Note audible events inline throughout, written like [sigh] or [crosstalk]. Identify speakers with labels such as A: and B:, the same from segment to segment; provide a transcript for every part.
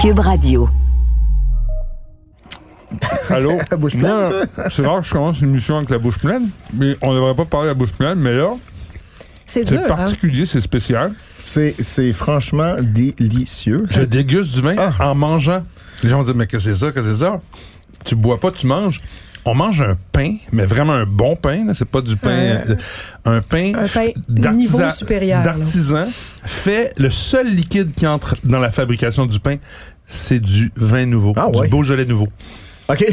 A: Cube Radio.
B: Allô?
C: [laughs] La bouche pleine,
B: Moi, C'est rare que je commence une mission avec la bouche pleine. Mais on devrait pas parler à la bouche pleine, mais là,
D: C'est
B: c'est
D: dur, hein?
B: particulier, c'est spécial.
C: C'est, c'est franchement délicieux.
B: Je déguste du vin
C: Ah.
B: en mangeant. Les gens vont dire, mais qu'est-ce que c'est ça, qu'est-ce que c'est ça? Tu bois pas, tu manges. On mange un pain, mais vraiment un bon pain. là. C'est pas du pain. euh, un pain,
D: un pain
B: f- d'artisan-
D: niveau supérieur, là.
B: D'artisan fait le seul liquide qui entre dans la fabrication du pain. C'est du vin nouveau,
C: Ah ouais.
B: du Beaujolais
C: [laughs]
B: nouveau.
E: [laughs]
C: OK.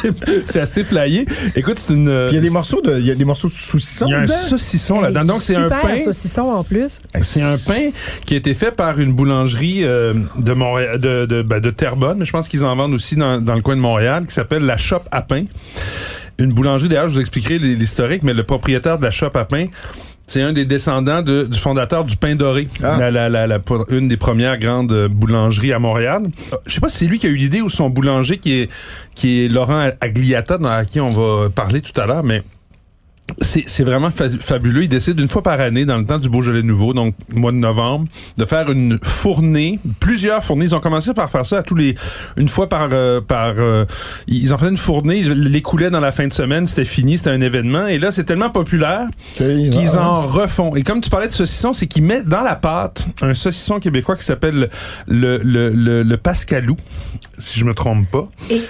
B: C'est- c'est assez flyé. Écoute, c'est une.
C: Il y a des morceaux de, il y a des morceaux de saucisson
B: Il y a un
C: dedans.
B: saucisson là-dedans. Donc, c'est un
D: Super
B: pain.
D: saucisson en plus.
B: C'est un pain qui a été fait par une boulangerie euh, de Montréal, de, de, ben, de Terrebonne. Je pense qu'ils en vendent aussi dans, dans le coin de Montréal, qui s'appelle la Chope à pain. Une boulangerie, d'ailleurs, je vous expliquerai l- l'historique, mais le propriétaire de la Chope à pain, c'est un des descendants de- du fondateur du pain doré,
C: Ah.
B: la- la- la- la- pour- une des premières grandes euh, boulangeries à Montréal. Euh, Je sais pas si c'est lui qui a eu l'idée ou son boulanger qui est, qui est Laurent Agliata, dans à qui on va parler tout à l'heure, mais c'est c'est vraiment fa- fabuleux. Ils décident une fois par année, dans le temps du Beaujolais nouveau, donc mois de novembre, de faire une fournée, plusieurs fournées. Ils ont commencé par faire ça à tous les, une fois par, euh, par, euh, ils en faisaient une fournée, ils les coulaient dans la fin de semaine, c'était fini, c'était un événement. Et là, c'est tellement populaire
C: Ok,
B: qu'ils
C: ah,
B: en refont. Et comme tu parlais de saucisson, c'est qu'ils mettent dans la pâte un saucisson québécois qui s'appelle le, le, le, le Pascalou, si je me trompe pas.
D: Et,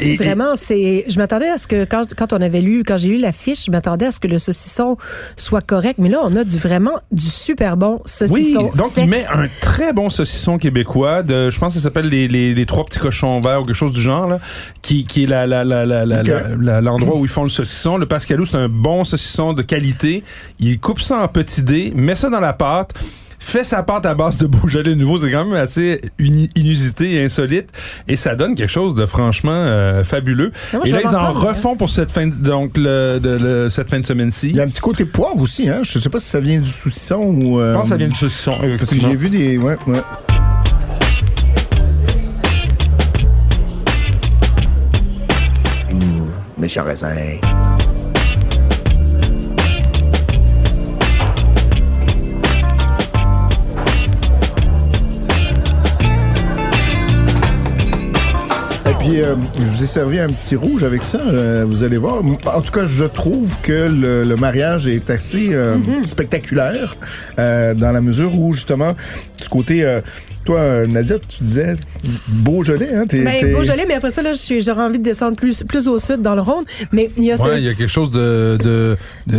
D: et
B: Et-
D: vraiment, c'est. Je m'attendais à ce que quand, quand on avait lu, quand j'ai lu la fiche, je m'attendais à ce que le saucisson soit correct. Mais là, on a du vraiment du super bon
B: Oui,
D: saucisson.
B: donc
D: sec.
B: il met un très bon saucisson québécois de, je pense que ça s'appelle les, les, les trois petits cochons verts ou quelque chose du genre, là, qui, qui est la, la, la, la, la-
C: Ok.
B: la- la- l'endroit où ils font le saucisson. Le Pascalou, c'est un bon saucisson de qualité. Il coupe ça en petits dés, met ça dans la pâte, fait sa pâte à base de Beaujolais nouveau. C'est quand même assez uni- inusité et insolite. Et ça donne quelque chose de franchement euh, fabuleux.
D: Mais moi,
B: et
D: je
B: là,
D: vais
B: ils en
D: m'en prendre, hein.
B: refont pour cette fin, de- donc, le, le- le- cette fin de semaine-ci.
C: Il y a un petit côté poivre aussi, hein. Je sais pas si ça vient du saucisson ou. euh,
B: Je pense que ça vient du saucisson.
C: Parce que j'ai vu des, ouais, ouais.
E: Mmh, méchant raisin.
C: Et puis, euh, je vous ai servi un petit rouge avec ça, euh, vous allez voir. En tout cas, je trouve que le, le mariage est assez euh,
D: Mhm.
C: spectaculaire euh, dans la mesure où, justement, du côté... euh, toi, euh, Nadia, tu disais Beaujolais, hein? T'es,
D: Ben,
C: t'es-
D: Beaujolais, mais après ça, là, je suis- j'aurais envie de descendre plus, plus au sud, dans le Rhône. Mais il y a ce-
B: Ouais, il y a quelque chose de, de, de,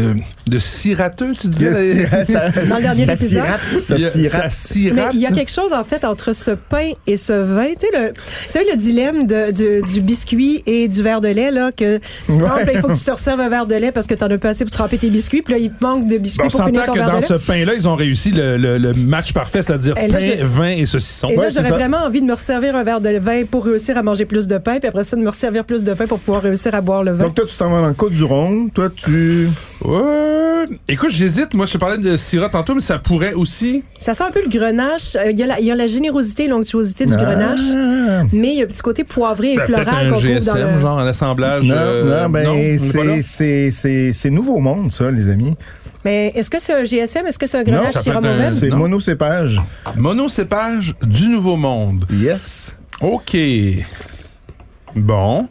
B: de cirateux, tu disais.
C: Yes, [laughs] ça,
D: Dans le dernier
C: ça
D: épisode.
C: s'irate, ça
B: [laughs] Il y a-
C: s'irate.
B: ça cirate.
D: Mais il y a quelque chose, en fait, entre ce pain et ce vin. Tu sais, le, vous savez, le dilemme de- du- du biscuit et du verre de lait, là, que tu trempes, là, il faut que tu te resserves un verre de lait parce que t'en as pas assez pour tremper tes biscuits, puis là, il te manque de biscuits
B: Ben, On
D: pour finir
B: s'entend
D: ton
B: que
D: verre
B: dans
D: de lait.
B: ce pain-là, ils ont réussi le, le, le match parfait, c'est-à-dire
D: Et
B: pain,
D: là, je-
B: vin et saucisson.
D: Et
C: Ouais,
D: là,
C: c'est
D: j'aurais
C: ça.
D: vraiment envie de me resservir un verre de vin pour réussir à manger plus de pain, puis après ça, de me resservir plus de pain pour pouvoir réussir à boire le vin.
C: Donc, toi, tu t'en vas dans le Côte-du-Rhône. Toi, tu...
B: Euh, écoute, j'hésite. Moi, je te parlais de Syrah tantôt, mais ça pourrait aussi.
D: Ça sent un peu le grenache. Euh, Il y, a la- il y a la générosité et l'onctuosité du
B: Ah.
D: grenache, mais il y a un petit côté poivré et
B: Ben, Peut-être
D: floral
B: un
D: qu'on trouve dans
B: GSM,
D: le...
B: genre un assemblage.
C: Non,
B: euh,
C: non,
B: on
C: ben,
B: est pas là.
C: c'est, c'est, c'est, c'est nouveau monde, ça, les amis.
D: Mais est-ce que c'est un GSM? Est-ce que c'est un
B: ça
D: grenache
B: peut
D: Syrah
B: être un-
D: Mourvèdre?
C: C'est
B: non.
C: monocépage.
B: Monocépage du Nouveau Monde.
C: Yes.
B: OK. Bon.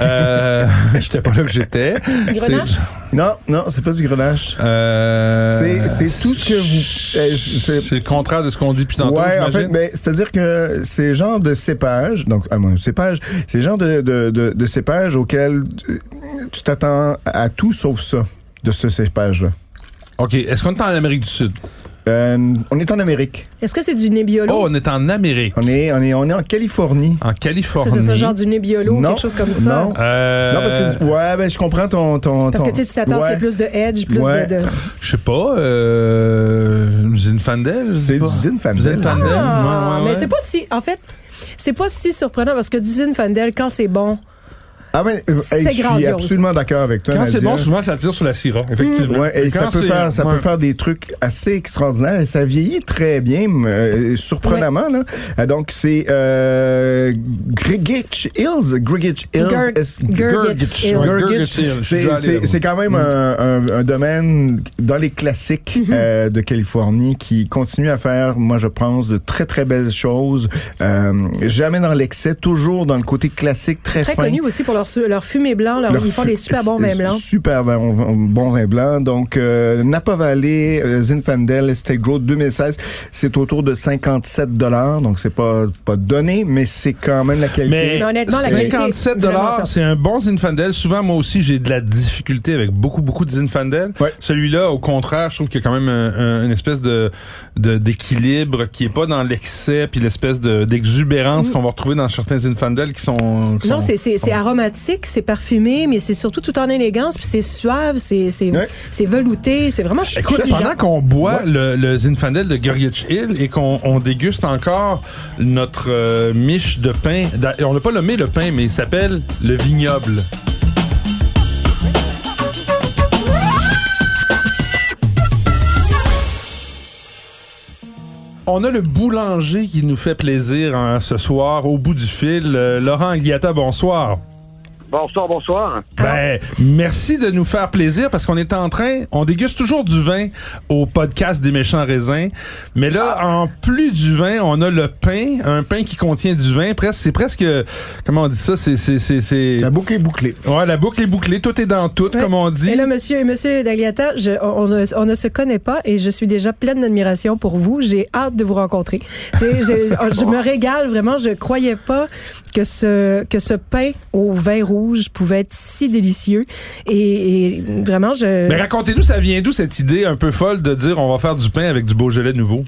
B: Euh, [laughs] j'étais pas là que j'étais.
D: Grenache?
B: C'est-
C: Non, non, c'est pas du grenache.
B: euh,
C: C'est- c'est tout ce que vous- euh, c'est-
B: C'est le contraire de ce qu'on dit depuis tantôt,
C: ouais, en fait,
B: j'imagine.
C: ben, c'est-à-dire que ces genres de cépages, donc un monocépage, ces genres de, de, de, de cépages auxquels tu- tu t'attends à tout sauf ça, de ce cépage-là.
B: OK, est-ce qu'on est en Amérique du Sud?
C: Euh, on est en Amérique.
D: Est-ce que c'est du Nebbiolo?
B: Oh, on est en Amérique,
C: On est, on est, on est en Californie.
B: en
D: Est-ce
B: Californie.
D: que c'est ce genre du Nebbiolo ou
C: Non,
D: quelque chose comme ça?
C: non.
B: Euh,
C: Non, parce que, ouais, ben, je comprends ton, ton,
D: Parce que
C: ton-
D: tu sais, tu t'attends à ce qu'il y
C: ouais.
D: ait plus de edge, plus
C: Ouais.
D: de... de-
B: Je sais pas, euh, Zinfandel?
C: C'est du Zinfandel.
B: Zinfandel,
D: Ah,
B: ouais, ouais,
D: Mais
B: ouais.
D: c'est pas si... En fait, c'est pas si surprenant parce que du Zinfandel, quand c'est bon,
C: Ah ben, euh, hey,
D: C'est
C: je suis
D: grandiose.
C: absolument d'accord avec toi,
B: Quand
C: Nadia.
B: c'est bon, souvent, ça tire sur la syrah, effectivement.
C: Ouais, et
B: Mais
C: ça
B: quand
C: peut
B: c'est-
C: faire, ça
B: ouais.
C: peut faire des trucs assez extraordinaires. Et ça vieillit très bien, m- euh, surprenamment là. Euh, Donc c'est euh, Grigich Hills, Grigich Hills,
D: Gur-
C: S-
D: Gurgitch Hills.
C: Gurgitch.
B: Gurgitch Hills, je
C: C'est-
B: dois aller,
C: C'est
B: oui.
C: c'est quand même un, un- un domaine dans les classiques euh, de Californie qui continue à faire, moi je pense, de très très belles choses. Euh, jamais dans l'excès, toujours dans le côté classique très,
D: Très
C: fin.
D: connus aussi pour leur, su- leur fumée blanc. Leur,
C: Leur
D: Ah ils font des
C: fu-
D: super bons hein.
C: s-
D: vins blancs.
C: Super ben, bon, bon vin blanc. Donc, euh, Napa Valley, euh, Zinfandel, Estate Growth 2016, c'est autour de 57 dollars. Donc, c'est pas, pas donné, mais c'est quand même la qualité.
D: Mais honnêtement, la qualité est
B: 57
D: vraiment top.
B: c'est un bon Zinfandel. Souvent, moi aussi, j'ai de la difficulté avec beaucoup, beaucoup de Zinfandel.
C: Ouais.
B: Celui-là, au contraire, je trouve qu'il y a quand même un- un- une espèce de de- d'équilibre qui est pas dans l'excès puis l'espèce de- d'exubérance qu'on va retrouver dans certains Zinfandel qui sont. qui
D: Mm. Non,
B: sont-
D: c'est- c'est c'est aromatique, c'est parfumé, mais c'est surtout tout en élégance, puis c'est suave, c'est c'est
C: Ouais.
D: c'est velouté, c'est vraiment
B: Écoute,
D: chouette.
B: pendant qu'on boit le, le Zinfandel de Gurgitch Hill et qu'on on déguste encore notre euh, miche de pain, d'a- on n'a pas nommé le pain, mais il s'appelle le vignoble. On a le boulanger qui nous fait plaisir hein, ce soir au bout du fil. Euh, Laurent Agliata, bonsoir.
A: Bonsoir, bonsoir.
D: Ah.
B: Ben, merci de nous faire plaisir parce qu'on est en train, on déguste toujours du vin au podcast des méchants raisins. Mais là,
D: Ah.
B: en plus du vin, on a le pain, un pain qui contient du vin. Presque, c'est presque, comment on dit ça? C'est, c'est, c'est, c'est-
C: La boucle est bouclée.
B: Ouais, la boucle est bouclée, tout est dans tout,
D: Ouais.
B: comme on dit.
D: Et là, monsieur et monsieur Dagliata, je- on, on ne, on ne se connaît pas et je suis déjà pleine d'admiration pour vous. J'ai hâte de vous rencontrer. Tu sais, je, je me régale vraiment. Je croyais pas que ce que ce pain au vin rouge pouvait être si délicieux. Et, et vraiment, je.
B: Mais racontez-nous, ça vient d'où cette idée un peu folle de dire on va faire du pain avec du Beaujolais nouveau?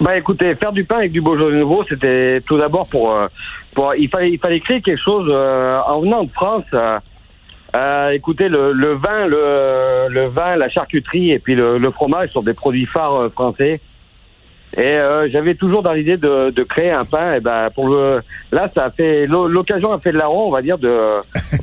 A: Ben écoutez, faire du pain avec du Beaujolais nouveau, c'était tout d'abord pour, euh, pour il fallait il fallait créer quelque chose euh, en venant de France. euh, euh, écoutez, le, le vin, le, le vin, la charcuterie et puis le, le fromage sont des produits phares euh, français. Et euh, j'avais toujours dans l'idée de, de créer un pain. Et ben pour le, là, ça a fait l'o- l'occasion a fait de larron, on va dire, de,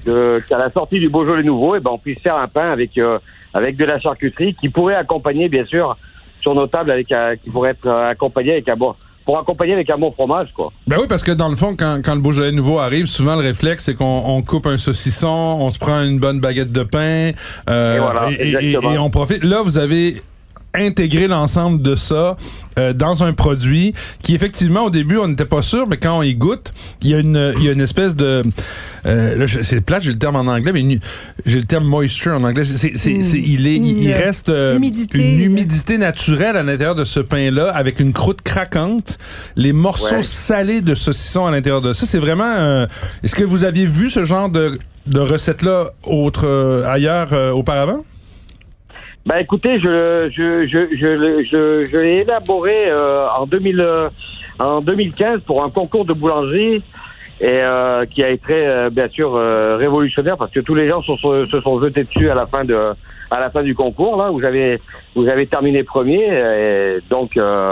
A: de qu'à la sortie du Beaujolais nouveau, et ben on puisse faire un pain avec euh, avec de la charcuterie qui pourrait accompagner bien sûr sur nos tables avec un- qui pourrait être euh, accompagné avec un bon pour accompagner avec un bon fromage quoi.
B: Ben oui, parce que dans le fond, quand, quand le Beaujolais nouveau arrive, souvent le réflexe, c'est qu'on on coupe un saucisson, on se prend une bonne baguette de pain, euh,
A: Et voilà, exactement.
B: et on profite. Là, vous avez intégré l'ensemble de ça euh, dans un produit qui, effectivement, au début, on n'était pas sûr, mais quand on y goûte, il y a une, il y a une espèce de... euh, là, je- c'est plate, j'ai le terme en anglais, mais une- j'ai le terme moisture en anglais. C'est, c'est- c'est- il, est, il, il
D: Hmm. Une
B: reste euh,
D: humidité.
B: une humidité naturelle à l'intérieur de ce pain-là, avec une croûte craquante, les morceaux
A: Ouais.
B: salé de saucisson à l'intérieur de ça. C'est vraiment. euh, Est-ce que vous aviez vu ce genre de, de recette-là autre euh, ailleurs euh, auparavant?
A: Bah écoutez, je je je je l'ai- je, je l'ai élaboré euh, en 2000 euh, en 2015 pour un concours de boulangerie et euh, qui a été euh, bien sûr euh, révolutionnaire parce que tous les gens se sont, se sont jetés dessus à la fin de à la fin du concours là où j'avais où j'avais terminé premier et donc euh,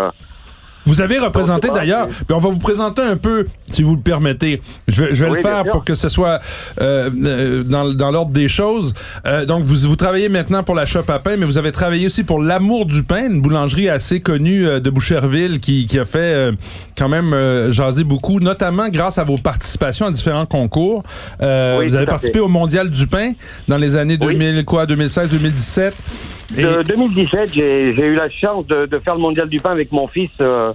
B: Vous avez représenté
A: Non, c'est pas,
B: d'ailleurs, puis on va vous présenter un peu, si vous le permettez. Je vais, je vais
A: Oui,
B: le
A: bien
B: faire
A: sûr.
B: pour que ce soit euh, euh, dans, dans l'ordre des choses. Euh, donc, vous, vous travaillez maintenant pour la Chope à pain, mais vous avez travaillé aussi pour L'Amour du pain, une boulangerie assez connue euh, de Boucherville qui, qui a fait euh, quand même euh, jaser beaucoup, notamment grâce à vos participations à différents concours. Euh,
A: Oui,
B: vous avez
A: tout à
B: participé au Mondial du pain dans les années
A: Oui.
B: 2000, quoi, 2016, 2017. Et-
A: De 2017, j'ai j'ai eu la chance de, de faire le mondial du pain avec mon fils, euh,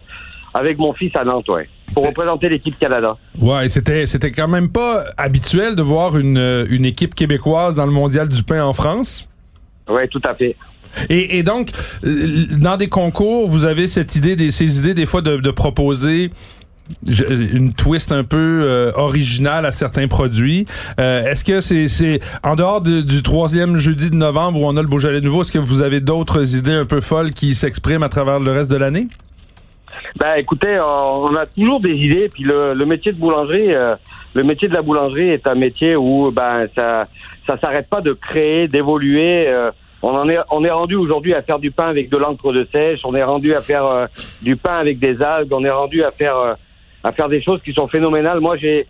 A: avec mon fils à Nantes, ouais, pour représenter l'équipe Canada.
B: Ouais, et c'était c'était quand même pas habituel de voir une, euh, une équipe québécoise dans le mondial du pain en France.
A: Ouais, tout à fait.
B: Et, et donc euh, dans des concours, vous avez cette idée des ces idées des fois de, de proposer je- une twist un peu euh, originale à certains produits. Euh, est-ce que c'est c'est en dehors de- du troisième jeudi de novembre où on a le Beaujolais nouveau, est-ce que vous avez d'autres idées un peu folles qui s'expriment à travers le reste de l'année
A: Bah, écoutez, euh, on a toujours des idées. Puis le, le métier de boulangerie, euh, le métier de la boulangerie est un métier où ben ça, ça s'arrête pas de créer, d'évoluer. euh, on en est, on est rendu aujourd'hui à faire du pain avec de l'encre de sèche. On est rendu à faire euh, du pain avec des algues. On est rendu à faire, euh, à faire des choses qui sont phénoménales. Moi, j'ai,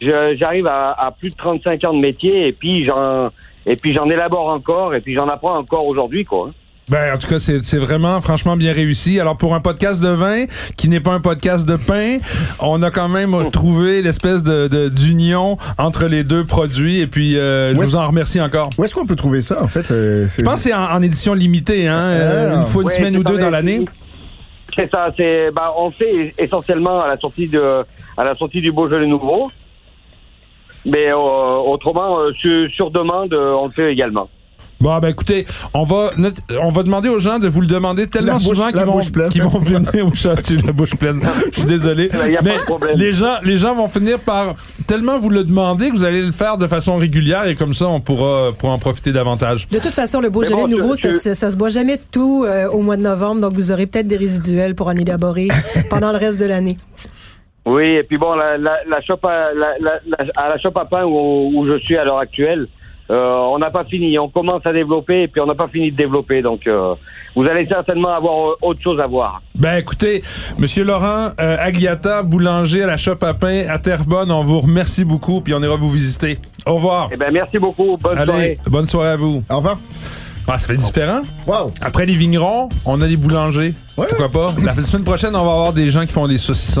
A: je- j'arrive à, à plus de 35 ans de métier et puis j'en et puis j'en élabore encore et puis j'en apprends encore aujourd'hui quoi.
B: Ben, en tout cas, c'est c'est vraiment, franchement, bien réussi. Alors, pour un podcast de vin qui n'est pas un podcast de pain, on a quand
A: Oh.
B: même trouvé l'espèce de de- d'union entre les deux produits. Et puis, euh, je
C: Ouais.
B: vous en remercie encore.
C: Où est-ce qu'on peut trouver ça, en fait? euh, c'est-
B: Je pense que c'est en, en édition limitée, hein, euh,
C: Ah.
B: une fois une
A: Ouais,
B: semaine
A: c'est
B: ou deux
A: pareil.
B: dans l'année.
A: C'est ça, c'est bah on fait essentiellement à la sortie de à la sortie du Beaujolais nouveau. Mais euh, autrement euh, sur, sur demande euh, on le fait également.
B: Bon, ben écoutez, on va not- on va demander aux gens de vous le demander tellement
C: La bouche-
B: souvent qu'ils
C: la
B: vont
C: bouche pleine.
B: qu'ils vont venir au chat j'ai la bouche pleine. Je suis désolé,
A: Il y a pas
B: mais
A: de problème.
B: les gens les gens vont finir par tellement vous le demander que vous allez le faire de façon régulière et comme ça on pourra pour en profiter davantage.
D: De toute façon, le Beaujolais
A: Mais bon,
D: nouveau,
A: je- je-
D: Ça, se- ça se boit jamais de tout euh, au mois de novembre, donc vous aurez peut-être des résiduels pour en élaborer pendant le reste de l'année.
A: Oui, et puis bon, la, la, la shop à la, la- la- à la shop à pain où, où je suis à l'heure actuelle, euh, on n'a pas fini. On commence à développer et puis on n'a pas fini de développer. Donc, euh, vous allez certainement avoir euh, autre chose à voir.
B: Ben écoutez, Monsieur Laurent euh, Agliata, boulanger à la Chope à pain à Terrebonne, on vous remercie beaucoup puis on ira vous visiter. Au revoir.
A: Eh ben, merci beaucoup. Bonne
B: Allez,
A: soirée.
B: bonne soirée à vous.
C: Au revoir.
B: Ah, ça fait différent.
C: Wow!
B: Après les vignerons, on a les boulangers.
C: Ouais.
B: Pourquoi [laughs] pas? La semaine prochaine, on va avoir des gens qui font des saucissons.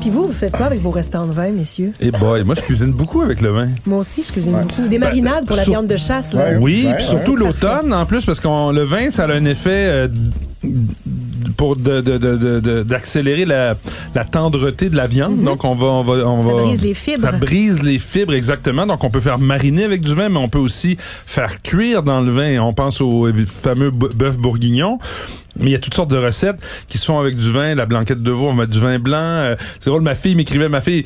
D: Puis vous, vous faites quoi avec vos restants de vin, messieurs?
B: Et Eh boy, moi, je cuisine beaucoup avec le vin.
D: Moi aussi, je cuisine beaucoup. Des marinades pour la
B: sur-
D: viande de chasse, là.
C: Ouais.
B: Euh, Oui,
C: Ouais,
B: puis
C: ouais.
B: surtout l'automne, en plus, parce que le vin, ça a un effet euh, pour de- de- de- de- de- d'accélérer la, la tendreté de la viande. Donc, on va... On va, on
D: Ça
B: va-
D: brise les fibres.
B: Ça brise les fibres, exactement. Donc, on peut faire mariner avec du vin, mais on peut aussi faire cuire dans le vin. On pense au fameux bo- bœuf bourguignon. Mais il y a toutes sortes de recettes qui se font avec du vin, la blanquette de veau, on met du vin blanc. Euh, c'est drôle, ma fille m'écrivait, ma fille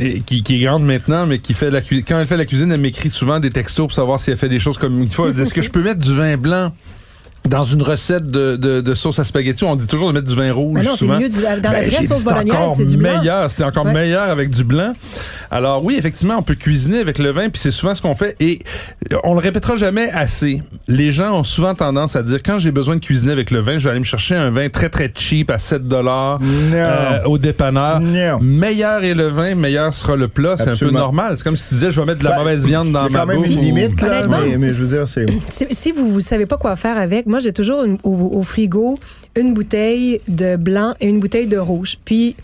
B: et qui, qui est grande maintenant, mais qui fait la cuisine. Quand elle fait la cuisine, elle m'écrit souvent des textos pour savoir si elle fait des choses comme une fois. elle dit, Est-ce que je peux mettre du vin blanc dans une recette de, de- de sauce à spaghetti? On dit toujours de mettre du vin rouge.
D: Mais non, c'est
B: souvent.
D: mieux du- dans la
B: Ben,
D: vraie
B: j'ai dit,
D: sauce
B: c'est
D: bolognaise,
B: encore
D: c'est du blanc.
B: meilleur. Ah, c'est encore
D: Ouais.
B: meilleur avec du blanc. Alors oui, effectivement, on peut cuisiner avec le vin, puis c'est souvent ce qu'on fait. Et euh, on le répétera jamais assez. Les gens ont souvent tendance à dire, quand j'ai besoin de cuisiner avec le vin, je vais aller me chercher un vin très, très cheap à 7 dollars euh, au dépanneur.
C: Non.
B: Meilleur est le vin, meilleur sera le plat. C'est un peu
C: Absolument.
B: normal. C'est comme si tu disais, je vais mettre de la
C: Ben,
B: mauvaise viande dans
C: Il y
B: ma
C: a quand même
B: bouffe.
C: une
B: ou-
C: limite, là,
D: Honnêtement,
C: mais, mais je veux dire, c'est.
D: Si, si vous ne savez pas quoi faire avec, moi, j'ai toujours une- au, au frigo une bouteille de blanc et une bouteille de rouge. Puis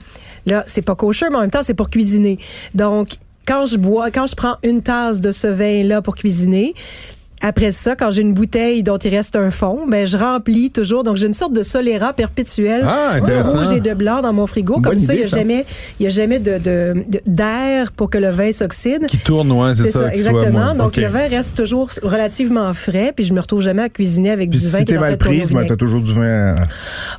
D: là, c'est pas kosher, mais en même temps, c'est pour cuisiner. Donc, quand je bois, quand je prends une tasse de ce vin-là pour cuisiner, après ça, quand j'ai une bouteille dont il reste un fond, ben je remplis toujours. Donc j'ai une sorte de soléra perpétuelle
B: Ah,
D: de
B: intéressant.
D: rouge et de blanc dans mon frigo. Comme
C: Bonne
D: ça, il n'y
C: idée,
D: a
C: ça.
D: jamais, il y a jamais de- de- de- d'air pour que le vin s'oxyde.
B: Qui tourne, ouais, c'est
D: C'est
B: ça.
D: ça,
B: qui soit moins.
D: exactement. Donc,
B: Ok.
D: le vin reste toujours relativement frais, puis je me retrouve jamais à cuisiner avec
C: Puis
D: du vin
C: si
D: qui est
C: t'es
D: en train de
C: mal
D: tourner au
C: prise, ben, t'as
D: vinaigre.
C: toujours du vin. à-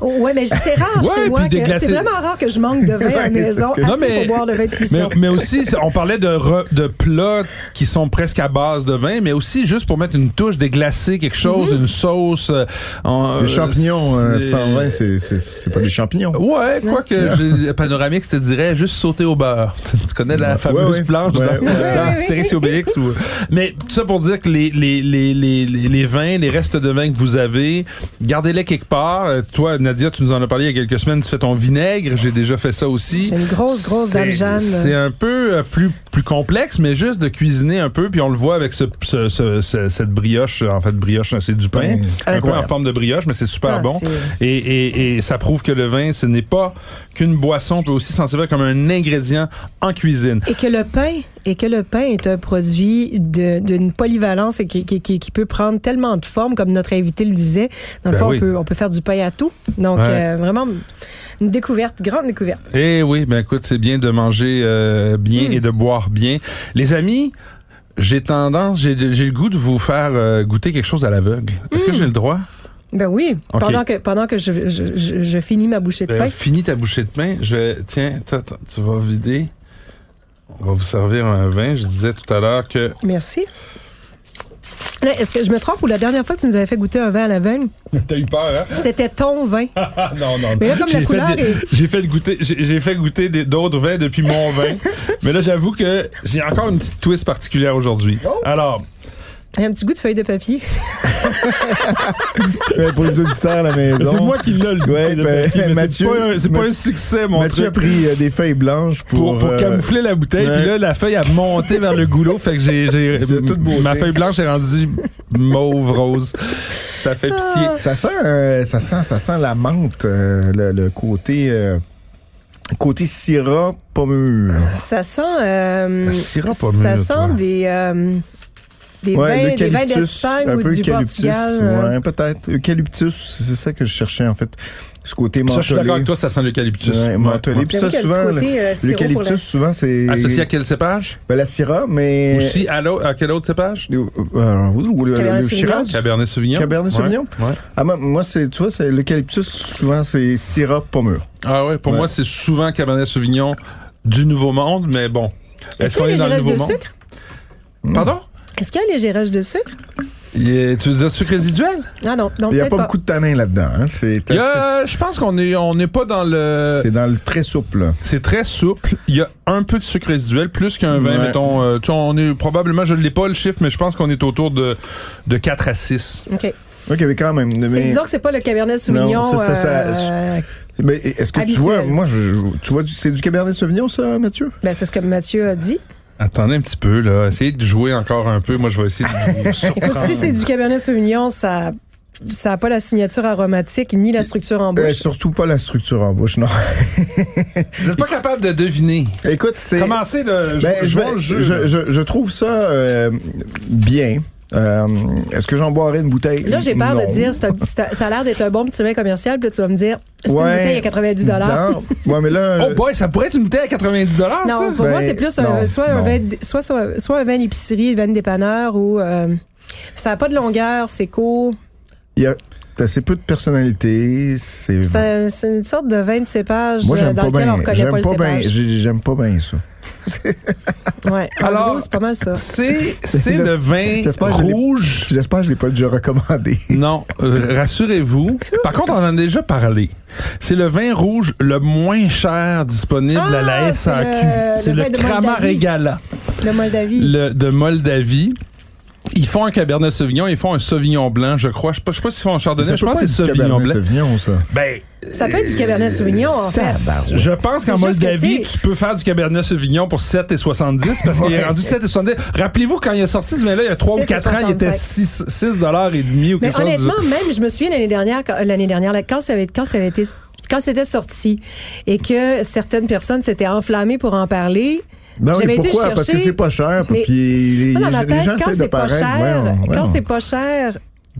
D: Oh, Ouais, mais c'est
B: [laughs]
D: rare
B: Ouais,
D: chez moi.
B: puis
D: que-
B: déglacé.
D: C'est vraiment rare que je manque
B: [laughs]
D: de vin à la
C: Ouais, c'est
D: maison
C: ce que-
D: assez
B: Non, mais-
D: pour boire
B: [laughs]
D: de vin de
B: Mais,
D: cuisson.
B: mais aussi, c'est- on parlait de, re- de plats qui sont presque à base de vin, mais aussi juste pour mettre une touche, des glacés, quelque chose,
D: Mhm.
B: une sauce. euh, en-
C: Les champignons
B: euh,
C: euh,
B: c'est-
C: sans vin, c'est- c'est c'est pas des champignons.
B: Ouais, quoi que j'ai- panoramique, je te dirais juste sauter au beurre. [laughs] tu connais la fameuse
C: ouais.
B: planche
C: Ouais.
B: dans, dans Astérix et Obélix ou- Mais tout ça pour dire que les les, les, les, les les vins, les restes de vin que vous avez, gardez-les quelque part. Euh, toi, Nadia, tu nous en as parlé il y a quelques semaines. Tu fais ton vinaigre. J'ai déjà fait ça aussi.
D: J'ai une grosse, grosse
B: C'est-
D: Dalgane.
B: C'est un peu euh, plus plus complexe, mais juste de cuisiner un peu. Puis on le voit avec ce, ce- ce- ce- cette brioche. En fait, brioche, c'est du pain, un
C: Mmh.
B: peu en
C: Incroyable.
B: forme de brioche, mais c'est super
D: Ah,
B: bon.
D: c'est-
B: Et, et, et ça prouve que le vin, ce n'est pas qu'une boisson, on peut aussi s'en servir comme un ingrédient en cuisine.
D: Et que le pain, et que le pain est un produit de- d'une polyvalence et qui, qui- qui- qui peut prendre tellement de formes, comme notre invité le disait. Dans le
B: Ben
D: fond,
B: oui.
D: on, peut, on peut faire du pain à tout. Donc,
B: Ouais.
D: euh, vraiment, une découverte, grande découverte.
B: Eh oui, ben écoute, c'est bien de manger euh,
D: Hmm.
B: bien et de boire bien. Les amis, j'ai tendance, j'ai j'ai le goût de vous faire euh, goûter quelque chose à l'aveugle. Est-ce
D: Hmm.
B: que j'ai le droit?
D: Ben oui,
B: Ok.
D: pendant que, pendant que je, je- je- je finis ma bouchée de
B: Ben,
D: pain.
B: Finis ta bouchée de pain. Je tiens, t'as- t'as- tu vas vider. On va vous servir un vin. Je disais tout à l'heure que
D: Merci. Là, Est-ce que je me trompe ou la dernière fois que tu nous avais fait goûter un vin à l'aveugle,
B: [laughs] t'as eu peur. Hein? Ah,
D: c'était ton vin?
C: Ah.
B: non, non.
D: Mais là, comme la
B: J'ai
D: couleur
B: fait,
D: est-
B: j'ai fait le goûter. J'ai j'ai fait goûter des- d'autres vins depuis
C: [laughs]
B: mon vin. Mais là, j'avoue que j'ai encore une petite twist particulière aujourd'hui.
C: Oh!
B: Alors,
D: Il y a un petit goût de feuille de papier. [laughs]
C: Euh, pour les auditeurs à la maison.
B: c'est moi qui l'ai le
C: Ouais,
B: le-
C: ben,
B: mais c'est
C: Mathieu-
B: pas un- C'est pas, un
C: Mathieu-
B: succès, mon
C: Mathieu a
B: truc.
C: pris euh, des feuilles blanches
B: Pour,
C: pour,
B: pour
C: euh,
B: camoufler la bouteille,
C: ouais.
B: puis là, la feuille a monté vers le goulot, fait que j'ai. j'ai-
C: C'est toute beauté.
B: ma feuille blanche est rendue mauve rose. Ça fait pitié.
C: Ça sent, euh, ça sent, ça sent la menthe, euh, le, le côté, euh, côté syrah pas mûr.
D: Ça sent. euh,
C: Ben,
B: Le sirop pas
D: ça
B: mûr, toi.
D: sent des. euh, des, vins, des vins
C: l'eucalyptus,
D: d'Espagne
C: un
D: ou
C: peu
D: du
C: eucalyptus,
D: Portugal. euh,
C: ouais, peut-être. Eucalyptus, c'est ça que je cherchais en fait, ce côté
B: Ça,
C: mentholé.
B: je suis d'accord avec toi, ça sent l'eucalyptus.
C: Ouais, mentholé.
B: Ouais.
C: Puis
D: Mais
C: ça,
D: oui, quel
C: souvent,
D: petit côté, euh, sirop pour
C: L'eucalyptus,
D: la-
C: souvent, c'est
B: Associé à quel cépage?
C: ben, la syrah, mais
B: Aussi à, l'au- à quel autre cépage?
C: Euh, euh, ou le,
D: Cabernet
C: le
D: Sauvignon.
C: Shiraz.
B: Cabernet Sauvignon.
C: Cabernet Sauvignon?
B: Ouais. Ouais.
C: Ah, moi- moi, c'est, tu vois, c'est l'eucalyptus, souvent, c'est syrah pas mûr.
B: Ah ouais, pour
C: Ouais.
B: moi, c'est souvent Cabernet Sauvignon du Nouveau Monde, mais bon.
D: Est-ce qu'il y a un légérage de sucre?
B: Pardon?
D: Est-ce qu'il y a un légérage de sucre?
B: Il y a- tu veux dire sucre résiduel?
D: Ah non, non,
C: Il n'y a
D: peut-être
C: pas,
D: pas.
C: beaucoup de tanin là-dedans. hein. C'est,
B: Il y
C: assez-
B: a- je pense qu'on est, on n'est pas dans le.
C: c'est dans le très souple.
B: C'est très souple. Il y a un peu de sucre résiduel, plus qu'un vin,
C: Ouais.
B: mettons. euh, tu vois, on est probablement, je ne l'ai pas le chiffre, mais je pense qu'on est autour de, de 4 à 6.
D: OK.
C: Oui, qu'il y avait quand même.
D: C'est
C: Mais,
D: disons que c'est pas le Cabernet Sauvignon.
C: Non, ça, ça, ça-
D: euh,
C: mais est-ce que
D: habituel.
C: tu vois, moi, je, je- tu vois, du- c'est du Cabernet Sauvignon, ça, Mathieu?
D: ben, c'est ce que Mathieu a dit.
B: Attendez un petit peu, là. Essayez de jouer encore un peu. Moi, je vais essayer de
D: [laughs]
B: vous
D: Écoute,
C: Ah.
B: surprendre.
D: si c'est du Cabernet Sauvignon, ça ça n'a pas la signature aromatique ni la structure en
C: Euh,
D: bouche.
C: surtout pas la structure en bouche, non.
B: Vous n'êtes pas capable de deviner.
C: [laughs] Écoute, c'est.
B: Commencez le jou-
C: Ben, je,
B: jouons
C: vais-
B: le jeu.
C: je,
B: là.
C: je- je trouve ça euh, bien. Euh, est-ce que j'en boirais une bouteille?
D: Là, j'ai peur de
C: Non.
D: dire, c'est un petit- ça a l'air d'être un bon petit vin commercial, puis là, tu vas me dire, c'est une
C: Ouais,
D: bouteille à 90 dollars.
C: Ouais, mais là. [laughs]
B: Oh boy, ça pourrait être une bouteille à 90 dollars, ça.
D: Non, pour
C: Ben,
D: moi, c'est plus un-
C: non,
D: soit, un
C: non.
D: vin, d- soit, soit, soit un vin d'épicerie, un vin de dépanneur, ou euh, ça n'a pas de longueur, c'est court.
C: Il y a t'as assez peu de personnalité. C'est.
D: C'est un- c'est une sorte de vin de cépage
C: Moi,
D: euh,
C: j'aime
D: dans
C: pas
D: lequel
C: bien.
D: on ne reconnaît
C: J'aime
D: pas,
C: pas
D: le
C: bien.
D: cépage.
C: j'ai- J'aime pas bien ça.
D: Ouais.
B: Alors-
D: en gros, c'est pas mal ça.
B: C'est, c'est le vin
C: J'espère que je l'ai-
B: rouge.
C: J'espère que je l'ai pas déjà recommandé.
B: Non, euh, rassurez-vous. Par contre, on en a déjà parlé. C'est le vin rouge le moins cher disponible à la
D: Ah, c'est
B: SAQ.
D: le-
B: C'est
D: le
B: le,
D: vin de
B: Krama
D: Moldavie.
B: Regala
D: Le Moldavie.
B: le- de Moldavie. Ils font un Cabernet Sauvignon, ils font un Sauvignon blanc, je crois. Je sais pas, je sais pas s'ils font un Chardonnay,
C: Ça
B: je
C: peut
B: pense
C: pas
B: que c'est
C: être du
B: Sauvignon
C: Cabernet
B: blanc.
C: Sauvignon, ça.
B: Ben,
D: Ça peut être du Cabernet Sauvignon, en fait.
B: je pense
D: C'est
B: qu'en
D: juste que,
B: Moldavie,
D: tu sais-
B: tu peux faire du Cabernet Sauvignon pour 7,70 parce qu'il est rendu 7,70. Rappelez-vous, quand il est sorti ce vin-là, il y a 3 ou 4 ans, il était 6, 6 dollars et demi ou
D: Mais
B: quelque chose. du-
D: honnêtement, même, je me souviens l'année dernière, quand- euh, l'année dernière, là, quand ça avait, quand ça avait été, quand c'était sorti et que certaines personnes s'étaient enflammées pour en parler.
C: Ben oui,
D: j'avais été
C: pourquoi?
D: chercher-
C: Parce que c'est pas cher.
D: Mais-
C: puis les,
D: Moi, dans ma
C: les
D: tête,
C: gens
D: quand
C: essaient de
D: c'est pas
C: paraître.
D: cher,
C: voyons,
D: quand
C: voyons.
D: c'est pas cher,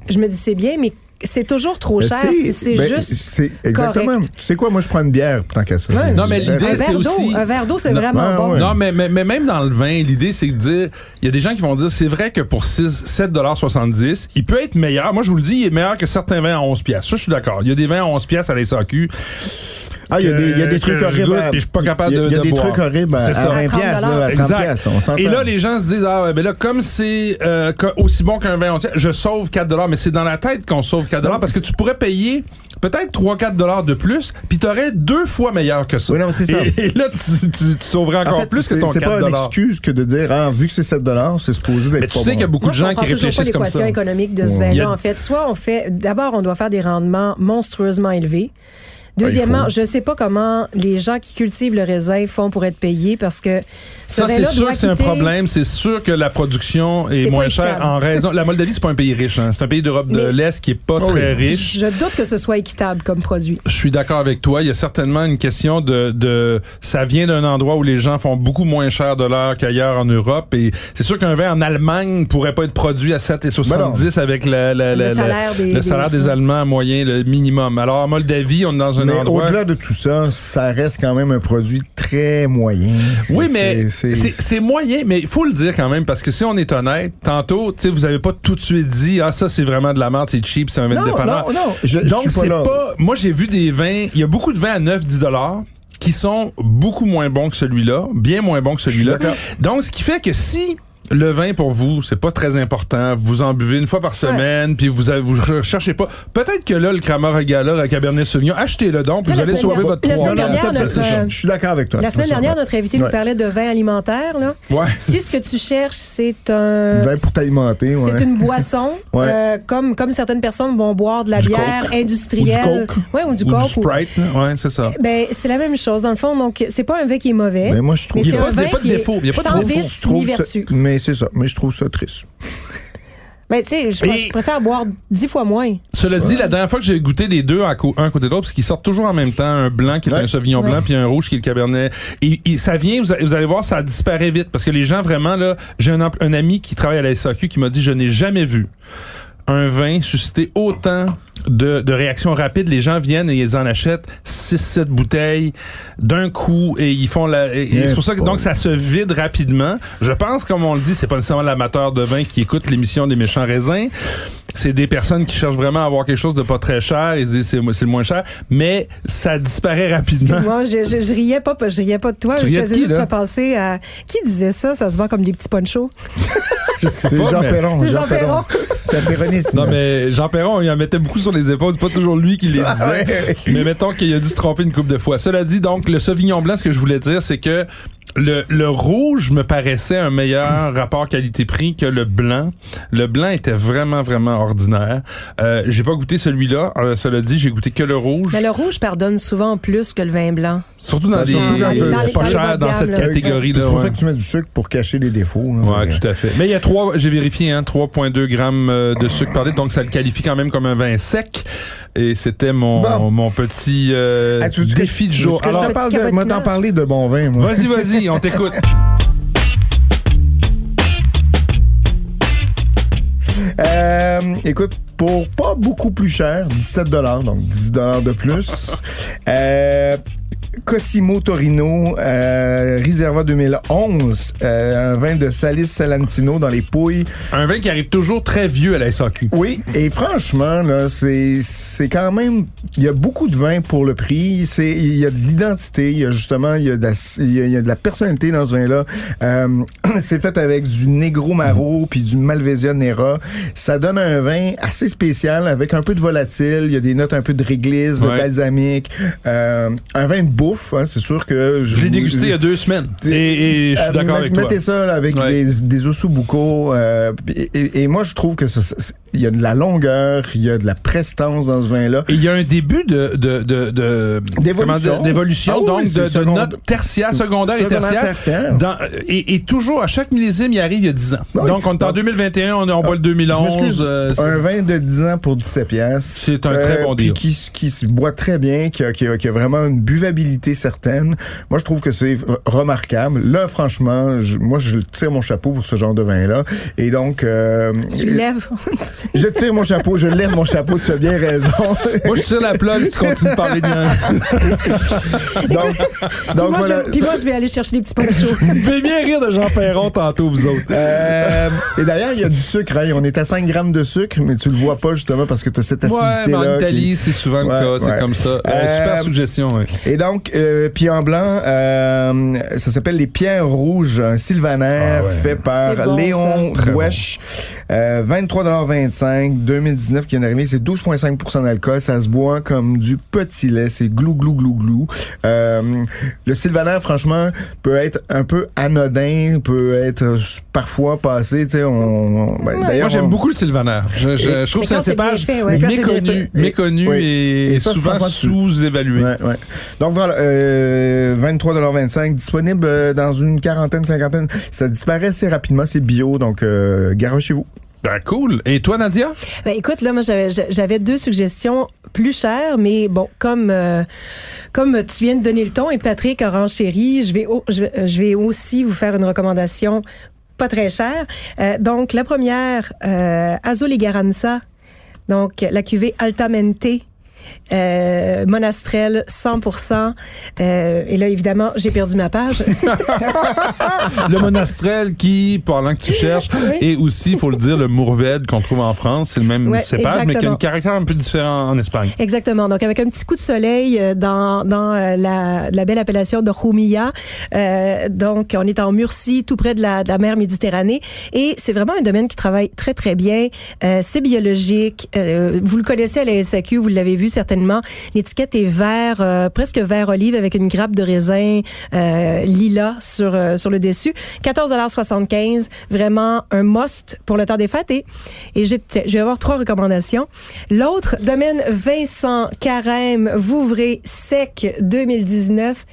D: je me dis c'est bien, mais c'est toujours trop
C: Ben,
D: cher si c'est
C: ben,
D: juste.
C: c'est exactement.
D: correct.
C: Tu sais quoi, moi je prends une bière tant qu'à ça. Euh,
D: Ouais.
B: Non, mais l'idée,
D: un
B: c'est
D: verre d'eau,
B: aussi-
D: un verre d'eau, c'est
B: Non,
D: vraiment
C: ouais,
D: bon.
C: Ah ouais.
B: Non, mais, mais, mais même dans le vin, l'idée, c'est de dire, il y a des gens qui vont dire, c'est vrai que pour 6, 7,70 il peut être meilleur. Moi, je vous le dis, il est meilleur que certains vins à 11 piastres. Ça, je suis d'accord. Il y a des vins à 11 piastres à la SAQ.
C: Ah, il y a des, il y a
B: que-
C: des trucs
B: que je
C: horribles.
B: goûte,
C: à-
B: puis je suis pas capable
C: il y a-
B: de-
C: Il y a
B: de
C: des
B: boire.
C: trucs horribles à
B: C'est ça.
C: à 20 piastres, là, à 30 piastres, on s'entend.
B: Et là, les gens se disent, ah, ouais, mais là, comme c'est euh, que- aussi bon qu'un vin entier, je sauve 4 dollars. Mais c'est dans la tête qu'on sauve 4 dollars parce que tu pourrais payer peut-être 3-4 dollars de plus, puis t'aurais deux fois meilleur que ça.
C: Oui, non, mais c'est ça.
B: Et, et là, tu, tu- tu sauverais encore
C: En fait,
B: plus que
C: c'est-
B: ton
C: C'est
B: 4
C: pas une excuse que de dire, ah, vu que c'est 7 c'est supposé d'être
B: Mais tu
C: pas
B: sais
C: bon.
B: qu'il y a beaucoup
D: Moi,
B: de
D: je
B: gens qui
D: comprends toujours pas
B: réfléchissent comme
D: l'équation
B: ça.
D: économique de ce
B: Il y
D: vin-là,
B: a-
D: en fait. Soit on fait, d'abord, on doit faire des rendements monstrueusement élevés. Deuxièmement,
C: Ah, il faut.
D: je sais pas comment les gens qui cultivent le raisin font pour être payés parce que ce
B: Ça, c'est
D: raisin-là
B: sûr
D: doit
B: que c'est un
D: quitter-
B: problème. C'est sûr que la production est,
D: C'est pas
B: moins
D: équitable.
B: chère en raison. La Moldavie, c'est pas un pays riche. hein. C'est un pays d'Europe de
D: Mais-
B: l'Est qui est pas
C: Oh
B: très
C: oui.
B: riche.
D: Je doute que ce soit équitable comme produit.
B: Je suis d'accord avec toi. Il y a certainement une question de, de ça vient d'un endroit où les gens font beaucoup moins cher de l'heure qu'ailleurs en Europe. Et c'est sûr qu'un verre en Allemagne pourrait pas être produit à
C: Ben
B: 7,70 avec la- la- la-
D: Le salaire
B: le
D: des- des-
B: salaire des Allemands moyen, le minimum. Alors en Moldavie, on est dans un
C: Mais
B: endroit.
C: au-delà de tout ça, ça reste quand même un produit très moyen.
B: Oui,
C: C'est-
B: mais
C: c'est-
B: c'est c'est moyen, mais il faut le dire quand même, parce que si on est honnête, tantôt, tu sais, vous avez pas tout de suite dit, ah, ça, c'est vraiment de la merde, c'est cheap, c'est un vin
C: Non,
B: indépendant.
C: non, non, je- je
B: Donc,
C: suis pas
B: c'est
C: là.
B: pas, moi, j'ai vu des vins, il y a beaucoup de vins à 9, 10 dollars qui sont beaucoup moins bons que celui-là, bien moins bons que
C: suis
B: celui-là.
C: d'accord.
B: Donc, ce qui fait que si le vin pour vous, c'est pas très important, vous en buvez une fois par semaine, puis vous avez, vous recherchez pas, peut-être que là, le Kramer Regala, le Cabernet Sauvignon, achetez-le donc, puis
D: Ça,
B: vous allez
D: la semaine
B: sauver
D: dernière-
B: votre
D: la
B: trois
D: semaine
B: dollars.
D: dernière,
B: Ça,
D: notre- euh,
B: ça, ça,
C: Je je suis d'accord avec toi.
D: La semaine dernière, notre invité nous
C: Ouais.
D: parlait de vin alimentaire. Là.
B: Ouais.
D: Si ce que tu cherches, Euh, c'est un...
C: Vin pour t'alimenter, ouais.
D: C'est
B: [laughs]
D: une boisson,
C: Ouais.
D: euh, comme, comme certaines personnes vont boire de la
B: Du
D: bière
B: Coke.
D: industrielle.
B: Ou du Coke.
D: Ouais, ou du
B: Ou
D: coke.
B: du
D: ou-
B: Sprite, là. ouais, c'est ça.
D: Ben, c'est la même chose, dans le fond. Donc, c'est pas un vin qui est mauvais.
B: Ben,
C: Mais moi, je trouve
D: mais
C: qu'il y a
D: c'est
B: pas-
D: un
B: il y a
D: vin
B: pas de
D: qui est
B: défaut, il y a pas de
D: sans
B: défaut.
D: vice
C: Je trouve
D: ni
C: ça-
D: vertu.
C: Mais c'est ça. Mais je trouve ça triste.
D: Mais Ben, tu sais, je, moi,
B: Et-
D: je préfère boire dix fois moins.
B: Cela dit, la dernière fois que j'ai goûté les deux à co- un à côté de l'autre, parce qu'ils sortent toujours en même temps, un blanc qui est
C: Ouais.
B: un sauvignon blanc, puis un rouge qui est le cabernet. Et, et ça vient, vous, a- vous allez voir, ça disparaît vite, parce que les gens vraiment là, j'ai un, empl- un ami qui travaille à la SAQ qui m'a dit, je n'ai jamais vu un vin susciter autant de, de réactions rapides. Les gens viennent et ils en achètent 6-7 bouteilles d'un coup et ils font la. et- et
C: Eh
B: c'est pour ça que
C: boy.
B: donc ça se vide rapidement. Je pense, comme on le dit, c'est pas nécessairement l'amateur de vin qui écoute l'émission des méchants raisins. C'est des personnes qui cherchent vraiment à avoir quelque chose de pas très cher. Ils se disent c'est c'est le moins cher, mais ça disparaît [laughs] rapidement.
D: Moi, je, je, je riais pas, je riais pas de toi.
B: Tu
D: je
B: riais de
D: faisais
B: qui,
D: juste
B: là?
D: repenser à qui disait ça. Ça se vend comme des petits ponchos.
C: C'est
B: pas,
C: Jean
B: mais-
C: Perron.
D: C'est Jean Perron.
C: C'est péroniste.
B: Non mais Jean Perron, il en mettait beaucoup sur les épaules, c'est pas toujours lui qui les disait.
C: Ah ouais.
B: Mais mettons qu'il a dû se tromper une coupe de fois. Cela dit donc le Sauvignon blanc ce que je voulais dire c'est que le, le rouge me paraissait un meilleur rapport qualité-prix que le blanc. Le blanc était vraiment vraiment ordinaire. Euh, j'ai pas goûté celui-là. Euh, cela dit, j'ai goûté que le rouge,
D: Mais le rouge pardonne souvent plus que le vin blanc.
B: surtout dans les,
C: Surtout quand
B: les
C: tu- dans
B: pas
C: les- dans les
B: cher
D: bas de
B: dans
D: gamme,
B: cette
D: là.
B: catégorie
C: Euh, C'est
B: là.
C: pour
B: ouais.
C: ça que tu mets du sucre pour cacher les défauts. là.
B: Ouais,
C: Mais-
B: tout à fait. Mais il y a trois, j'ai vérifié, hein, 3.2 grammes euh, de sucre par litre, donc ça le qualifie quand même comme un vin sec. Et c'était mon,
C: Bon.
B: mon petit euh,
C: Ah, tu veux que-
B: défi de jour.
C: tu veux que je te
B: Alors,
D: Petit
C: parle de- moi,
D: cabotinage.
C: t'en parler de bon vin, moi.
B: vas-y, vas-y, on
C: [laughs]
B: t'écoute.
C: Euh, écoute, pour pas beaucoup plus cher, 17 donc 10 de plus. [laughs] euh, Cosimo Torino, euh, Riserva 2011, euh, un vin de Salis Salantino dans les Pouilles.
B: Un vin qui arrive toujours très vieux à la SAQ.
C: Oui, et franchement, là, c'est, c'est quand même, il y a beaucoup de vin pour le prix. C'est, il y a de l'identité, il y a justement, il y a de la, il y a, il y a de la personnalité dans ce vin-là. Euh, [clears throat] c'est fait avec du Negro Maro
B: Mm-hmm.
C: puis du Malvasia Nera. Ça donne un vin assez spécial avec un peu de volatile. Il y a des notes un peu de réglisse,
B: Ouais.
C: de balsamique. Euh, un vin de bouffe, hein, c'est sûr que
B: Je l'ai dégusté il y a deux semaines. Et, et je suis
C: euh,
B: d'accord
C: met-
B: avec toi.
C: Mettez ça là, avec
B: Ouais.
C: des, des osubuco. euh, et, et- et moi, je trouve que ça- ça- ça- il y a de la longueur, il y a de la prestance dans ce vin-là.
B: Et il y a un début de de de, de
C: D'évolution.
B: comment dire, d'évolution,
C: Ah oui,
B: donc
C: oui, c'est
B: de, de
C: seconde-
B: notes tertiaires, secondaires et
C: Secondaire,
B: tertiaires.
C: tertiaire. Ah
B: Dans- et, et toujours à chaque millésime, il arrive il y a 10 ans.
C: Oui.
B: Donc on est en
C: Donc-
B: 2021, on est en bas le
C: Je m'excuse,
B: 2011. euh, c'est-
C: un vin de 10 ans pour 17 piastres. euh,
B: C'est un très bon
C: puis
B: deal.
C: Qui, s- qui se boit très bien, qui a, qui a- qui a vraiment une buvabilité certaine. Moi, je trouve que c'est r- remarquable. Là, franchement, je- moi, je tire mon chapeau pour ce genre de vin-là. Et donc... euh,
D: Tu lèves. [laughs]
C: Je tire mon chapeau, je lève mon chapeau, tu as bien raison.
B: Moi, je tire la plug si tu continues de parler de
C: donc, donc
D: Puis moi,
C: voilà.
D: je, puis moi, je vais aller chercher des petits ponchos.
B: [laughs] Vous pouvez bien rire de Jean Perron tantôt, vous autres.
C: Euh, et d'ailleurs, il y a du sucre. hein. On est à 5 grammes de sucre, mais tu le vois pas justement parce que tu as cette
B: Ouais,
C: acidité-là.
B: mais en Italie,
C: qui-
B: c'est souvent le
C: Ouais,
B: cas, c'est
C: ouais.
B: comme ça. Ouais,
C: Euh,
B: super suggestion, ouais.
C: Et donc, euh, puis en blanc, euh, ça s'appelle les pierres rouges, un sylvaner
B: Ah ouais.
C: fait par
D: C'est bon, ça.
C: Léon
B: Très bon.
C: Wesh. Euh, 23,25 25, 2019 qui est arrivé, c'est 12,5 d'alcool. Ça se boit comme du petit lait. C'est glou, glou, glou, glou. Euh, le sylvaner, franchement, peut être un peu anodin, peut être euh, parfois passé. tu sais, on, on- ben,
B: Moi,
C: d'ailleurs,
B: j'aime
C: on-
B: beaucoup le Sylvaner. Je, je- je trouve que
D: mais
B: c'est un
D: quand c'est bien
B: cépage
D: fait, ouais, quand c'est bien
B: méconnu,
C: fait.
B: méconnu
C: Oui.
B: et,
C: Et ça,
B: souvent
C: franchement, tu-
B: sous-évalué.
C: Ouais, ouais. Donc voilà, euh, 23,25 disponible euh, dans une quarantaine, cinquantaine. Ça disparaît assez rapidement, c'est bio, donc euh, garochez-vous.
B: Ben, cool. Et toi, Nadia?
D: Ben, écoute, là, moi, j'avais- j'avais deux suggestions plus chères, mais bon, comme, euh, comme tu viens de donner le ton et Patrick Orange Chéri, je vais, au- je, vais- je vais aussi vous faire une recommandation pas très chère. Euh, donc, la première, euh, Azul y Garanza, donc la cuvée Altamente. Euh, monastrel 100% euh, et là évidemment j'ai perdu ma page
B: Le monastrel qui, pendant que tu cherches,
D: Oui.
B: et aussi, il faut le dire, le mourvèdre qu'on trouve en France, c'est le même
D: Ouais,
B: cépage, mais qui a
D: exactement.
B: un caractère un peu différent en Espagne.
D: Exactement. Donc, avec un petit coup de soleil euh, dans, dans euh, la, la belle appellation de Rumilla. Euh, donc, on est en Murcie, tout près de la, de la mer Méditerranée. Et c'est vraiment un domaine qui travaille très, très bien. Euh, c'est biologique. Euh, vous le connaissez à la SAQ, vous l'avez vu certainement. L'étiquette est vert, euh, presque vert olive avec une grappe de raisin euh, lila sur, euh, sur le dessus. 14,75 Vraiment un must pour le temps des fêtes. Et, et j'ai- tiens, je vais avoir trois recommandations. L'autre, domaine Vincent Carême, Vouvray sec 2019.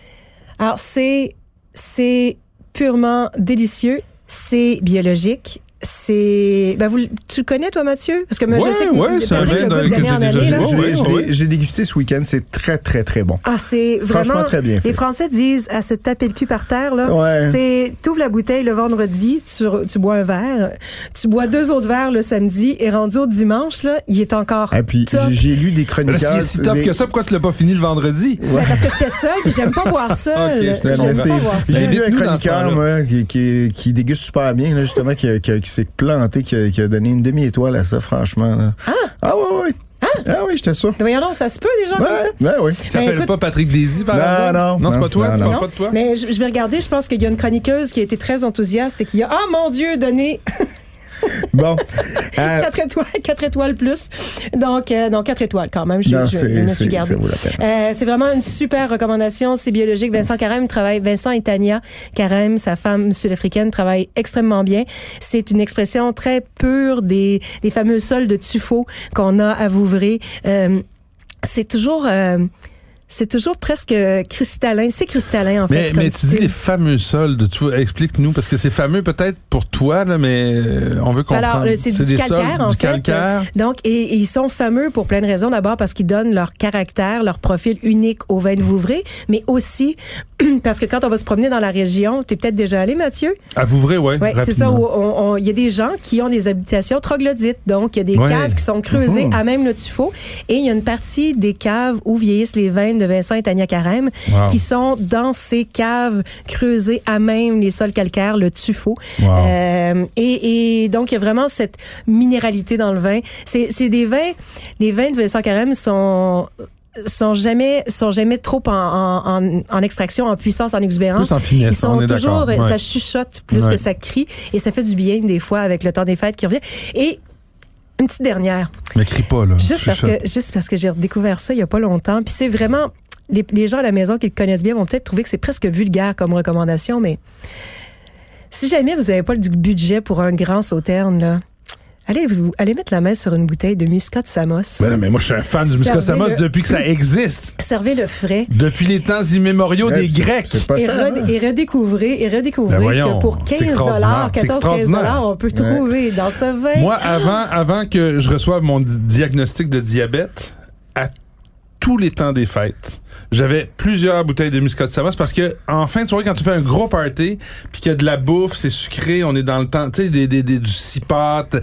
D: Alors, c'est, c'est purement délicieux. C'est biologique. C'est. Ben, vous, le- tu le connais, toi, Mathieu? Parce que moi,
B: Ouais,
D: je sais que
B: ouais,
D: depuis
B: c'est un
D: que je
B: vin
D: le
B: dans-
D: goûte d'année
B: que j'ai
D: en
B: déjà
D: année,
B: bu.
D: là,
B: Ouais,
C: Je l'ai-
B: ouais,
C: je l'ai-
B: ouais.
C: J'ai dégusté ce week-end, c'est très, très, très bon.
D: Ah, c'est
C: Franchement,
D: vraiment.
C: très bien fait.
D: Les Français disent à se taper le cul par terre, là.
C: Ouais.
D: C'est. T'ouvres la bouteille le vendredi, tu, re- tu bois un verre, tu bois deux autres verres le samedi, et rendu au dimanche, là, il est encore.
C: Et puis,
D: top.
C: j'ai- j'ai lu des
B: Mais là, s'il
C: chroniqueurs...
B: est si top
C: des-
B: que ça, pourquoi tu l'as pas fini le vendredi?
D: Ben, parce que j'étais seule, puis j'aime pas
C: [laughs]
D: boire seule.
B: Ok, je te
C: Ben,
D: j'aime
C: mais
D: pas boire
C: c'est- [laughs]
D: seule.
C: J'ai
B: seul.
C: vu un
B: Invite-nous dans ce
C: chroniqueur
B: temps-là.
C: moi, qui, qui, qui déguste super bien, là, justement, qui, qui- qui s'est planté, qui, qui a donné une demi-étoile à ça, franchement. là. Ah? ouais, ouais. Ah, oui, j'étais sûr.
D: Voyons donc, ça se peut, des gens
C: Ouais,
D: comme ça?
C: ouais, ouais.
B: Ça
D: Ben,
B: s'appelle
D: écoute-
B: pas Patrick Daisy, par
C: Non,
B: hasard?
C: non,
B: Non, c'est
C: non,
B: pas toi,
C: non,
B: tu
C: non.
B: parles pas de toi?
D: Mais je, je vais regarder, je pense qu'il y a une chroniqueuse qui a été très enthousiaste et qui a, oh mon Dieu, donné [laughs]
C: Bon. Euh,
D: 4 étoiles, quatre étoiles plus. Donc, euh, non, 4 étoiles quand même, je,
C: Non,
D: je
C: c'est-
D: me
C: c'est-
D: suis gardée.
C: ça vaut la peine.
D: Euh, c'est vraiment une super recommandation, c'est biologique. Vincent Carême travaille, Vincent et Tania Carême, sa femme sud-africaine, travaille extrêmement bien. C'est une expression très pure des, des fameux sols de tuffeau qu'on a à Vouvray. Euh, c'est toujours... euh, c'est toujours presque cristallin. C'est cristallin, en
B: Mais,
D: fait. comme
B: mais tu dis
D: style.
B: les fameux soldes. Tu vois, explique-nous, parce que c'est fameux peut-être pour toi, là, mais euh, on veut comprendre.
D: Alors, euh, c'est du
B: des
D: calcaire,
B: soldes,
D: en
B: du
D: fait. Euh,
B: calcaire.
D: Donc, et, et ils sont fameux pour plein de raisons. D'abord, parce qu'ils donnent leur caractère, leur profil unique au vin de Vouvray, mais aussi [clears throat] parce que quand on va se promener dans la région, tu es peut-être déjà allé, Mathieu?
B: À Vouvray, ouais.
D: Oui, c'est ça.
B: rapidement.
D: où on- on- Il y a des gens qui ont des habitations troglodytes. Donc, il y a des
B: Ouais. Mhm.
D: caves qui sont creusées à même le tuffeau. Et il y a une partie des caves où vieillissent les veines de Vincent et Tania Carême
B: Wow.
D: qui sont dans ces caves creusées à même les sols calcaires, le tuffeau.
B: Wow.
D: Euh, et, et donc, il y a vraiment cette minéralité dans le vin. C'est c'est des vins... Les vins de Vincent Carême sont sont jamais sont jamais trop en, en, en- en extraction en puissance en exubérance
B: Plus en finesse,
D: ils sont
B: on est
D: toujours euh,
B: d'accord, ouais.
D: ça chuchote plus
B: Ouais.
D: que ça crie et ça fait du bien des fois avec le temps des fêtes qui revient. Et une petite dernière,
B: Mais crie pas, là.
D: juste parce
B: Chuchote.
D: que juste parce que j'ai redécouvert ça il y a pas longtemps, puis c'est vraiment les, les gens à la maison qui le connaissent bien vont peut-être trouver que c'est presque vulgaire comme recommandation, mais si jamais vous n'avez pas le budget pour un grand sauterne là, allez vous allez mettre la main sur une bouteille de muscat de Samos.
B: Ben non, mais moi, je suis un fan du
D: Servez-le.
B: Muscosamos depuis que ça existe.
D: Servez le frais.
B: Depuis les temps immémoriaux des
C: Euh, c'est-
B: Grecs.
C: C'est pas
D: Et,
C: cher,
D: red-
C: hein?
D: et redécouvrez, et redécouvrez
B: Ben voyons,
D: que pour
B: c'est
D: 15
B: extraordinaire, c'est
D: 14, 15
B: extraordinaire.
D: dollars, on peut trouver dans ce vin.
B: Moi, avant, avant que je reçoive mon di- diagnostic de diabète, à tous les temps des fêtes, j'avais plusieurs bouteilles de muscat de Samos parce que en fin de soirée, quand tu fais un gros party, puis qu'il y a de la bouffe, c'est sucré, on est dans le temps, tu sais, des, des, des- du cipote,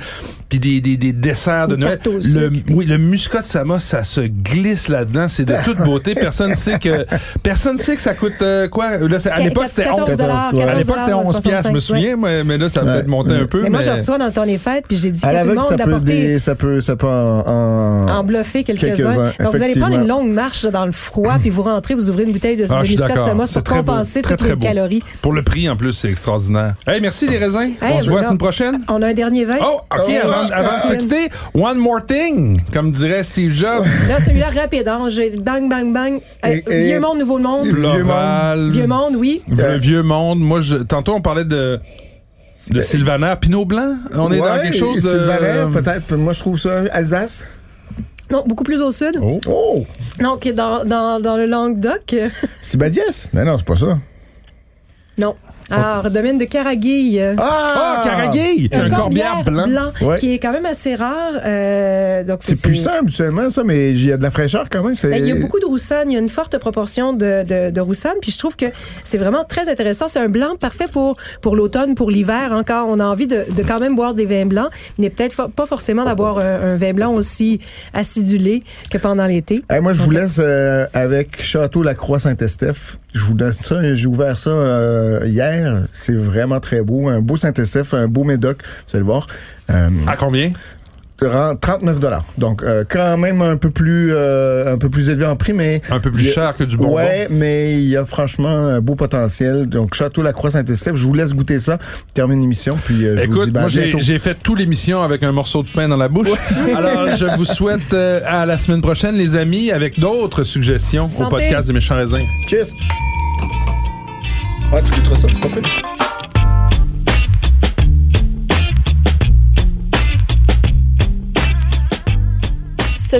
B: puis des, des, des desserts de
D: Une
B: Noël.
D: tarte au
B: Le,
D: sucre.
B: oui, le muscat de Samos, ça se glisse là-dedans, c'est
D: [laughs]
B: de toute beauté. Personne sait que personne sait que ça coûte euh, quoi. Là, c'est- à
D: Qu-
B: l'époque, c'était
D: 14
B: 11
D: dollars,
B: À
D: 14
B: l'époque, c'était 11 piastres, je me
D: 65, ouais.
B: souviens, mais, mais là, ça a peut-être monté un peu.
D: Mais moi, je
B: mais-
D: reçois dans le temps des fêtes, puis j'ai dit
C: À
D: à tout le
C: l'aveugle,
D: monde
C: ça peut,
D: d'apporter
C: des, ça peut, ça peut en, en-
D: en bluffer quelques-uns.
C: Quelques-uns,
D: Donc, vous n'allez prendre
C: effectivement.
D: une longue marche là, dans le froid, puis vous rentrez, vous ouvrez une bouteille de,
B: Ah,
D: de
B: je suis
D: muscat de
B: d'accord.
D: Samos
B: C'est
D: pour
B: très beau.
D: compenser
B: Très,
D: toutes
B: très
D: les
B: beau.
D: calories.
B: Pour le prix, en plus, c'est extraordinaire. Hey, merci les raisins.
D: Hey,
B: On se voit la
D: voilà.
B: semaine prochaine.
D: On a un dernier vin.
B: Oh, OK, avant, avant de se quitter, one more thing, comme dirait Steve Jobs.
D: Là, celui-là, rapide. hein. J'ai bang, bang, bang. Euh,
C: Et- et-
D: Vieux monde, nouveau monde.
C: Vieux monde.
B: Floral,
D: Vieux monde, oui.
B: Le vieux monde. Moi, je, tantôt, on parlait de, de Sylvana Pinot Blanc. On est dans
C: Euh, Ouais,
B: quelque chose
C: et
B: de.
C: Sylvaner, peut-être. Moi, je trouve ça Alsace.
D: Non, beaucoup plus au sud.
B: Oh.
C: Oh!
D: Non, qui est dans, dans, dans le Languedoc.
C: Sibadiès? Non, non, c'est pas ça.
D: non. Alors, domaine de Caraguille.
B: Ah, Caraguille! Un, corbière blanc.
C: Ouais.
D: qui est quand même assez rare. euh, donc
C: C'est puissant habituellement, ça, mais il y a de la fraîcheur quand même. c'est-
D: Ben, il y a beaucoup de roussanes, il y a une forte proportion de, de, de roussanes, puis je trouve que c'est vraiment très intéressant. C'est un blanc parfait pour, pour l'automne, pour l'hiver encore. On a envie de, de quand même boire des vins blancs, mais peut-être fo- pas forcément d'avoir un, un vin blanc aussi acidulé que pendant l'été.
C: Hey, moi, je vous
D: Ok.
C: laisse euh, avec Château La Croix Saint-Estèphe. Je vous donne ça. J'ai ouvert ça euh, hier. C'est vraiment très beau. Un beau Saint-Estèphe, un beau Médoc. Vous allez voir. Euh,
B: À combien?
C: te rend 39 dollars. Donc euh, quand même un peu plus euh, un peu plus élevé en prix mais
B: Un peu plus
C: il y a-
B: cher que du bonbon.
C: Ouais, mais il y a franchement un beau potentiel. Donc Château La Croix Saint-Estèphe, je vous laisse goûter ça. Je termine l'émission puis euh, je vous
B: Écoute,
C: dis ben,
B: moi,
C: à
B: j'ai
C: bientôt.
B: j'ai fait toute l'émission avec un morceau de pain dans la bouche. Alors, je vous souhaite euh, à la semaine prochaine, les amis, avec d'autres suggestions au
D: Santé.
B: podcast de Méchants Raisins.
C: Cheers. Ah, tu goûteras ça, c'est pas pire.
F: Ce